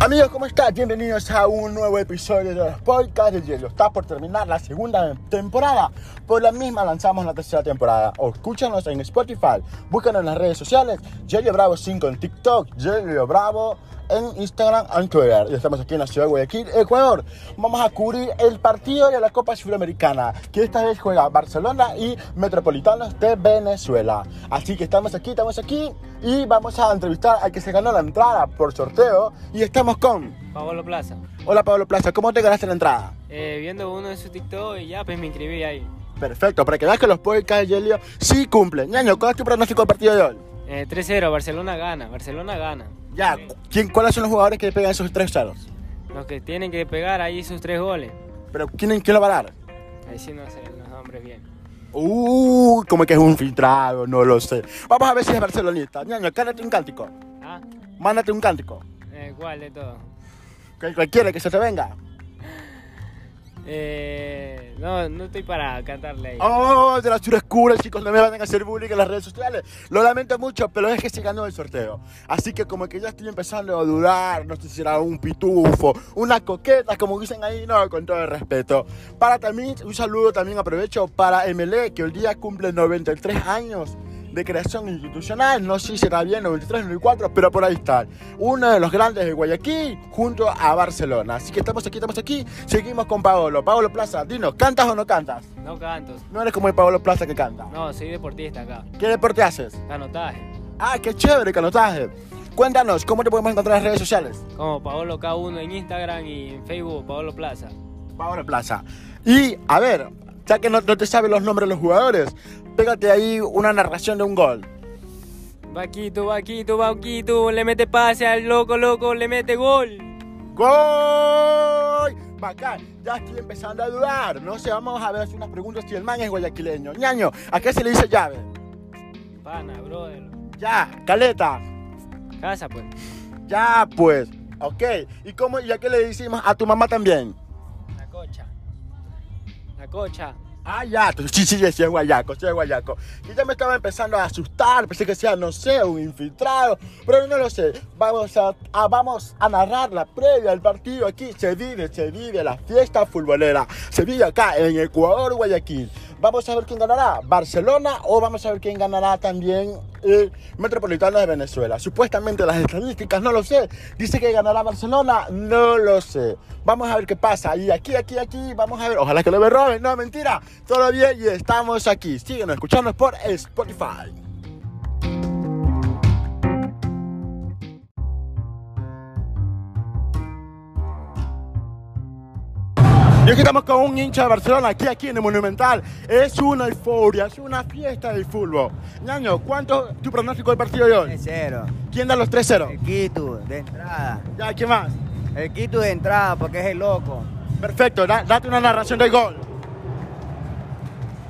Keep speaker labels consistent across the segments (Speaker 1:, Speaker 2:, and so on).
Speaker 1: Amigos, ¿cómo están? Bienvenidos a un nuevo episodio de los podcasts del hielo. Está por terminar la segunda temporada. Por la misma lanzamos la tercera temporada. O escúchanos en Spotify, búscanos en las redes sociales, Yelio Bravo 5 en TikTok, Yelio Bravo en Instagram y Twitter. Y estamos aquí en la ciudad de Guayaquil, Ecuador. Vamos a cubrir el partido de la Copa Sudamericana, que esta vez juega Barcelona y Metropolitanos de Venezuela. Así que estamos aquí, estamos aquí y vamos a entrevistar al que se ganó la entrada por sorteo y estamos con...
Speaker 2: Pablo Plaza.
Speaker 1: Hola Pablo Plaza, ¿cómo te ganaste la entrada?
Speaker 2: Eh, viendo uno de sus TikTok y ya, pues me inscribí ahí.
Speaker 1: Perfecto, para que veas que los podcasts de Yelio sí cumplen. Ñaño, ¿cuál es tu pronóstico del partido de hoy?
Speaker 2: Eh, 3-0, Barcelona gana, Barcelona gana.
Speaker 1: Ya, ¿quién, ¿cuáles son los jugadores que pegan esos tres ceros?
Speaker 2: Los que tienen que pegar ahí sus tres goles.
Speaker 1: Pero ¿quién, quién lo va a dar?
Speaker 2: Ahí sí no sé los nombres bien.
Speaker 1: Uh, como que es un filtrado, no lo sé. Vamos a ver si es barcelonista. Ñaño, cállate un cántico.
Speaker 2: ¿Ah?
Speaker 1: Mándate un cántico.
Speaker 2: Eh, ¿Cuál de todo?
Speaker 1: Que cualquiera que se te venga.
Speaker 2: Eh, no, no estoy para cantarle ahí.
Speaker 1: Oh, de la chura oscura, chicos, no me van a hacer bullying en las redes sociales. Lo lamento mucho, pero es que se ganó el sorteo. Así que como que ya estoy empezando a dudar, no sé si será un pitufo, una coqueta, como dicen ahí, no, con todo el respeto. Para también, un saludo también aprovecho para MLE, que hoy día cumple 93 años de creación institucional, no sé si será bien 93, 94, pero por ahí está. Uno de los grandes de Guayaquil junto a Barcelona. Así que estamos aquí, estamos aquí, seguimos con Paolo. Paolo Plaza, dinos, ¿cantas o no cantas?
Speaker 2: No canto.
Speaker 1: No eres como el Pablo Plaza que canta.
Speaker 2: No, soy deportista acá.
Speaker 1: ¿Qué deporte haces?
Speaker 2: Canotaje.
Speaker 1: Ah, qué chévere, canotaje. Cuéntanos, ¿cómo te podemos encontrar en las redes sociales?
Speaker 2: Como Paolo K1 en Instagram y en Facebook, Paolo Plaza.
Speaker 1: Pablo Plaza. Y, a ver, ya que no, no te saben los nombres de los jugadores, pégate ahí una narración de un gol.
Speaker 2: Vaquito, vaquito, vaquito, le mete pase al loco, loco, le mete gol.
Speaker 1: ¡Gol! Bacán, ya estoy empezando a dudar. No sé, vamos a ver hacer unas preguntas si el man es guayaquileño. Ñaño, ¿a qué se le dice llave?
Speaker 2: Pana, brother.
Speaker 1: Ya, caleta.
Speaker 2: Casa, pues.
Speaker 1: Ya, pues. Ok, ¿y cómo y a qué le decimos a tu mamá también?
Speaker 2: La cocha. La cocha.
Speaker 1: Ah, ya, tú- sí, sí, sí, es guayaco, sí, es guayaco. Yo ya me estaba empezando a asustar, pensé que sea, no sé, un infiltrado, pero no lo sé. Vamos a, a- vamos a narrar la previa del partido aquí. Se vive, se vive la fiesta futbolera. Se vive acá en Ecuador, Guayaquil. Vamos a ver quién ganará, Barcelona o vamos a ver quién ganará también el Metropolitano de Venezuela. Supuestamente las estadísticas, no lo sé. Dice que ganará Barcelona, no lo sé. Vamos a ver qué pasa. Y aquí, aquí, aquí, vamos a ver. Ojalá que no me roben, no, mentira. Todo bien y estamos aquí. Síguenos, escuchándonos por Spotify. Y aquí estamos con un hincha de Barcelona, aquí, aquí en el Monumental. Es una euforia, es una fiesta del fútbol. Ñaño, ¿cuánto es tu pronóstico del partido de hoy?
Speaker 3: 3-0.
Speaker 1: ¿Quién da los
Speaker 3: El
Speaker 1: 3-0?
Speaker 3: Quito de entrada.
Speaker 1: Ya, ¿quién más?
Speaker 3: El Quito de entrada porque es el loco.
Speaker 1: Perfecto, da- date una narración del gol.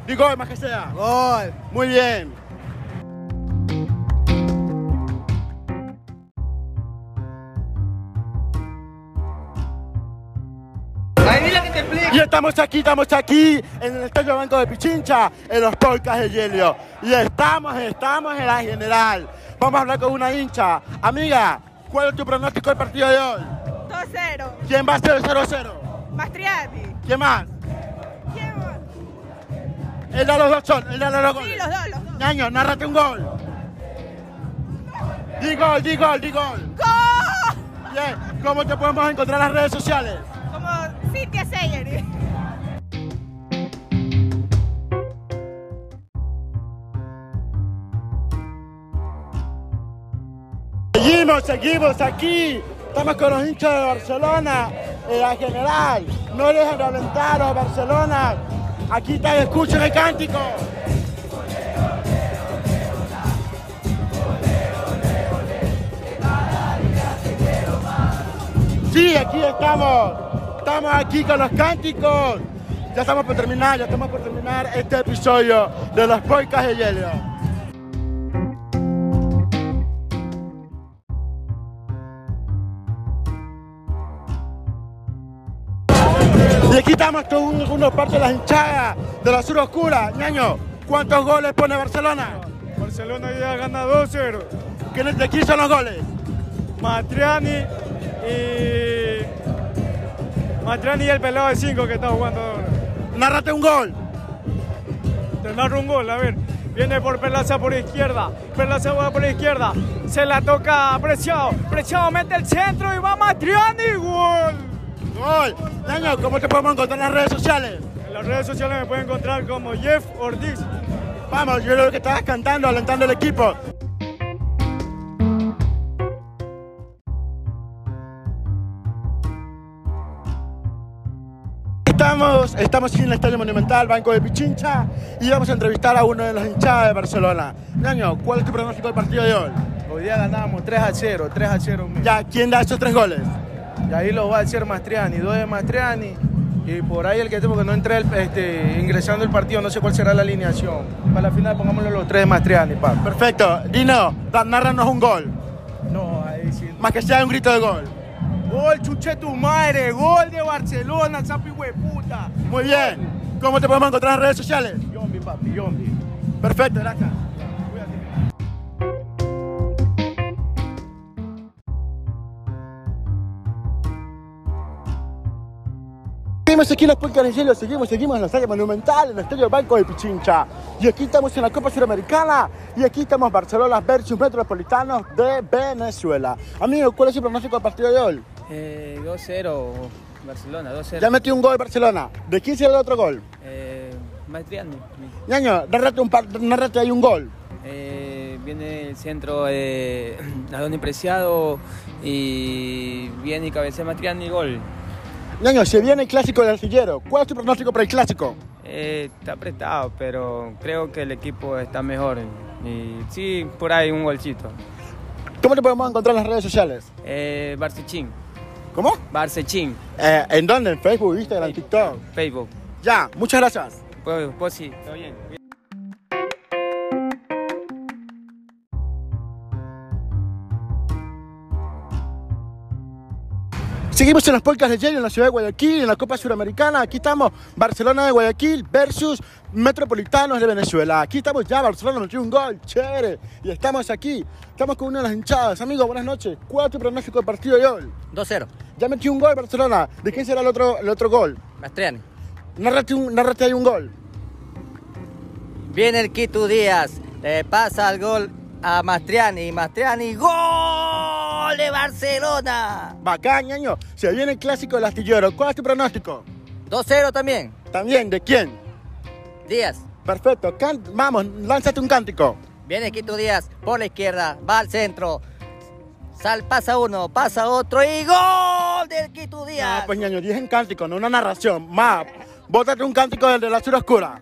Speaker 1: Y gol, más que sea.
Speaker 3: Gol.
Speaker 1: Muy bien. Y estamos aquí, estamos aquí en el Estadio Banco de Pichincha, en los podcasts de Yelio. Y estamos, estamos en la general. Vamos a hablar con una hincha. Amiga, ¿cuál es tu pronóstico del partido de hoy?
Speaker 4: 2-0.
Speaker 1: ¿Quién va a ser el 0-0?
Speaker 4: Mastriati.
Speaker 1: ¿Quién más?
Speaker 4: ¿Quién va?
Speaker 1: Él da los dos son, él da los dos
Speaker 4: Sí,
Speaker 1: goles.
Speaker 4: los dos, los dos.
Speaker 1: Ñaño, narrate un gol. Di gol, di gol, di gol.
Speaker 4: ¡Gol!
Speaker 1: Bien, ¿cómo te podemos encontrar en las redes sociales?
Speaker 4: Como Cintia Seyeri.
Speaker 1: Seguimos, seguimos aquí. Estamos con los hinchas de Barcelona, en la general. No dejen de alentar a Barcelona. Aquí te escuchen el cántico. Sí, aquí estamos. Estamos aquí con los cánticos. Ya estamos por terminar, ya estamos por terminar este episodio de los podcasts de Yelio. Y aquí estamos con un- unos parte de las hinchadas de la sur oscura. Ñaño, ¿cuántos goles pone Barcelona?
Speaker 5: Barcelona ya gana 2-0.
Speaker 1: ¿Quiénes de quién son los goles?
Speaker 5: Matriani Y Matrani y el pelado de 5 que está jugando ahora.
Speaker 1: Narrate un gol.
Speaker 5: Te narro un gol, a ver. Viene por Perlaza por izquierda. Perlaza va por izquierda. Se la toca a Preciado. Preciado mete el centro y va Matriani. Gol.
Speaker 1: Gol. Daniel, ¿cómo te podemos encontrar en las redes sociales?
Speaker 5: En las redes sociales me pueden encontrar como Jeff Ortiz.
Speaker 1: Vamos, yo creo que estabas cantando, alentando al equipo. Estamos, estamos en el Estadio Monumental, Banco de Pichincha, y vamos a entrevistar a uno de los hinchadas de Barcelona. Ñaño, ¿cuál es tu pronóstico del partido de hoy?
Speaker 6: Hoy día ganamos 3 a 0, 3 a 0. mismo.
Speaker 1: Ya, ¿quién da esos tres goles?
Speaker 6: Y ahí lo va a hacer Mastriani, dos de Mastriani. Y por ahí el que porque no entré el- este, ingresando el partido, no sé cuál será la alineación. Para la final pongámoslo los tres de Mastriani, papá.
Speaker 1: Perfecto. Dino, da- narranos un gol.
Speaker 6: No, ahí sí.
Speaker 1: Más que sea un grito de gol.
Speaker 6: Gol, chuche tu madre, gol de Barcelona, zapi hueputa.
Speaker 1: Muy bien. ¿Cómo te podemos encontrar en las redes sociales?
Speaker 6: Yombi, papi, yombi.
Speaker 1: Perfecto, gracias. Seguimos aquí en los Puertas del Hielo, seguimos, seguimos en la sala monumental, en el Estadio Banco de Pichincha. Y aquí estamos en la Copa Suramericana y aquí estamos Barcelona versus Metropolitanos de Venezuela. Amigo, ¿cuál es su pronóstico del partido de hoy?
Speaker 7: Eh, 2-0 Barcelona, 2-0.
Speaker 1: Ya metió un gol Barcelona. ¿De quién será el otro gol?
Speaker 7: Eh, Maestriani.
Speaker 1: Ñaño, narrate un par, narrate ahí un gol.
Speaker 7: Eh, viene el centro de Adoni Preciado y viene y cabecea Maestriani gol.
Speaker 1: Ñaño, se viene el clásico del artillero. ¿Cuál es tu pronóstico para el clásico?
Speaker 7: Eh, está apretado, pero creo que el equipo está mejor. Y sí, por ahí un golcito.
Speaker 1: ¿Cómo te podemos encontrar en las redes sociales?
Speaker 7: Eh, Barcechín,
Speaker 1: ¿Cómo?
Speaker 7: Barcechín,
Speaker 1: Eh, ¿En dónde? ¿En Facebook, Instagram, TikTok?
Speaker 7: Facebook.
Speaker 1: Ya, muchas gracias.
Speaker 7: Pues, pues sí, está bien.
Speaker 1: Seguimos en las polcas de hielo en la ciudad de Guayaquil, en la Copa Suramericana. Aquí estamos, Barcelona de Guayaquil versus Metropolitanos de Venezuela. Aquí estamos ya, Barcelona metió un gol, chévere. Y estamos aquí, estamos con una de las hinchadas. Amigo, buenas noches. ¿Cuál es tu pronóstico del partido de hoy?
Speaker 8: 2-0,
Speaker 1: Ya metió un gol Barcelona. ¿De quién será el otro, el otro gol?
Speaker 8: Mastriani.
Speaker 1: Narrate, un, narrate ahí un gol.
Speaker 8: Viene el Quito Díaz, le pasa el gol a Mastriani, Mastriani, gol de Barcelona.
Speaker 1: Bacán, ñaño. Se viene el clásico del astillero. ¿Cuál es tu pronóstico?
Speaker 8: 2-0 también,
Speaker 1: También, ¿de quién?
Speaker 8: Díaz.
Speaker 1: Perfecto. can- Vamos, lánzate un cántico.
Speaker 8: Viene el Quito Díaz por la izquierda, va al centro. Sal, pasa uno, pasa otro y gol del Quito
Speaker 1: Ah,
Speaker 8: Díaz.
Speaker 1: pues ñaño, dije un cántico, no una narración. Más, bótate un cántico del de la sur oscura.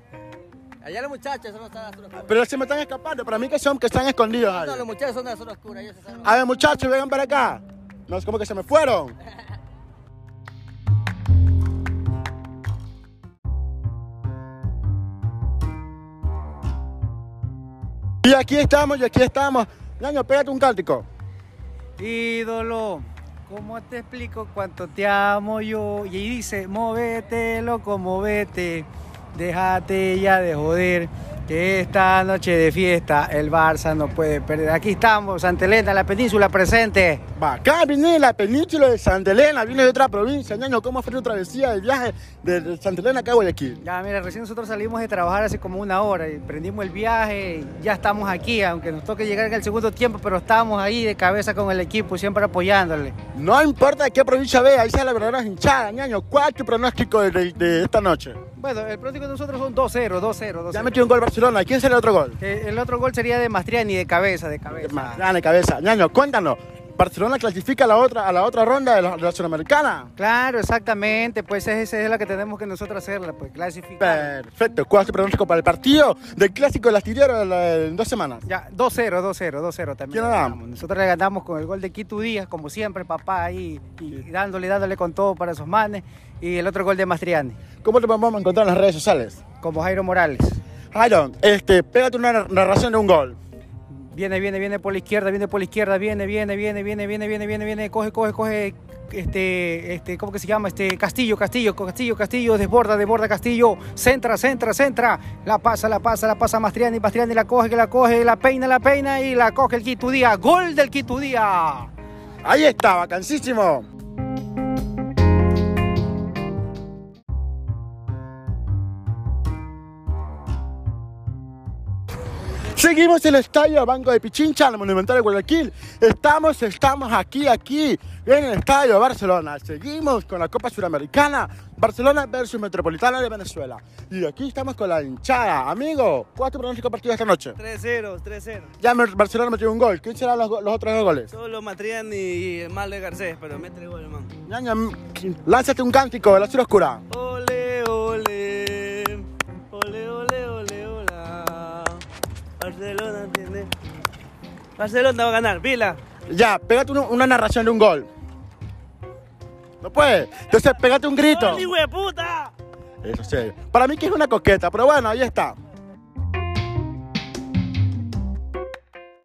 Speaker 8: Allá los muchachos son de la zona oscura.
Speaker 1: Pero se me están escapando. Para mí que son que están escondidos ahí.
Speaker 8: No, los muchachos son de la zona oscura, ellos se saben.
Speaker 1: A ver, muchachos, vengan para acá. No, es como que se me fueron. Y aquí estamos, y aquí estamos. Ñaño, pégate un cántico.
Speaker 3: Ídolo, ¿cómo te explico cuánto te amo yo? Y ahí dice, móvete, loco, móvete, déjate ya de joder, que esta noche de fiesta el Barça no puede perder. Aquí estamos, Santa Elena, la península presente.
Speaker 1: Bacán, vine de la península de Santa Elena, vine de otra provincia, ñaño, ¿cómo fue tu travesía de viaje desde Santa Elena acá a Guayaquil?
Speaker 3: Ya, mira, recién nosotros salimos de trabajar hace como una hora y prendimos el viaje y ya estamos aquí, aunque nos toque llegar en el segundo tiempo, pero estamos ahí de cabeza con el equipo, siempre apoyándole.
Speaker 1: No importa de qué provincia veas, ahí sale la verdadera hinchada, ñaño, ¿cuál es tu pronóstico de, de- de esta noche?
Speaker 3: Bueno, el pronóstico de nosotros son 2-0, 2-0,
Speaker 1: Ya
Speaker 3: 2-0.
Speaker 1: metió un gol Barcelona, ¿quién será el otro gol?
Speaker 3: Eh, El otro gol sería de Mastriani, de cabeza, de cabeza.
Speaker 1: Dale, cabeza, ñaño, cuéntanos, ¿Barcelona clasifica a la otra, a la otra ronda de la, de la Sudamericana?
Speaker 3: Claro, exactamente, pues esa es la que tenemos que nosotros hacerla, pues clasificar.
Speaker 1: Perfecto, ¿cuál es tu pronóstico para el partido del clásico del astillero de la- en dos semanas?
Speaker 3: Ya, 2-0, 2-0, 2-0 también.
Speaker 1: ¿Quién le
Speaker 3: ganamos.
Speaker 1: damos?
Speaker 3: Nosotros le ganamos con el gol de Quito Díaz, como siempre, papá ahí, y dándole, dándole con todo para sus manes. Y el otro gol de Mastriani,
Speaker 1: ¿Cómo te podemos encontrar en las redes sociales?
Speaker 3: como Jairo Morales.
Speaker 1: Iron, este, pégate una nar- narración de un gol.
Speaker 3: Viene, viene, viene por la izquierda, viene por la izquierda, viene, viene, viene, viene, viene, viene, viene, viene, coge, coge, coge, este, este, ¿cómo que se llama? Este, Castillo, Castillo, Castillo, Castillo, desborda, desborda Castillo, centra, centra, centra, la pasa, la pasa, la pasa Mastriani, Mastriani la coge, que la coge, la peina, la peina y la coge el Quitudía, gol del Quitudía.
Speaker 1: Ahí está, vacancísimo. Seguimos en el estadio Banco de Pichincha, en el Monumental de Guayaquil. Estamos, estamos aquí, aquí, en el estadio de Barcelona. Seguimos con la Copa Suramericana, Barcelona versus Metropolitana de Venezuela. Y aquí estamos con la hinchada. Amigo, ¿cuál es tu pronóstico del partido esta noche?
Speaker 3: 3-0, 3-0.
Speaker 1: Ya me- Barcelona metió un gol. ¿Quién serán los, go- los otros dos goles?
Speaker 3: Solo Matriani y mal de Garcés, pero mete el gol, hermano.
Speaker 1: Ñaña, m- lánzate un cántico de la ciudad oscura.
Speaker 3: Ole, ole. Ole, ole, ole, hola. Barcelona tiene. Barcelona va a ganar, pila.
Speaker 1: Ya, pégate uno- una narración de un gol. No puede. Entonces, pégate un grito.
Speaker 3: ¡Gol, hijo de puta!
Speaker 1: Eso sí. Para mí que es una coqueta, pero bueno, ahí está.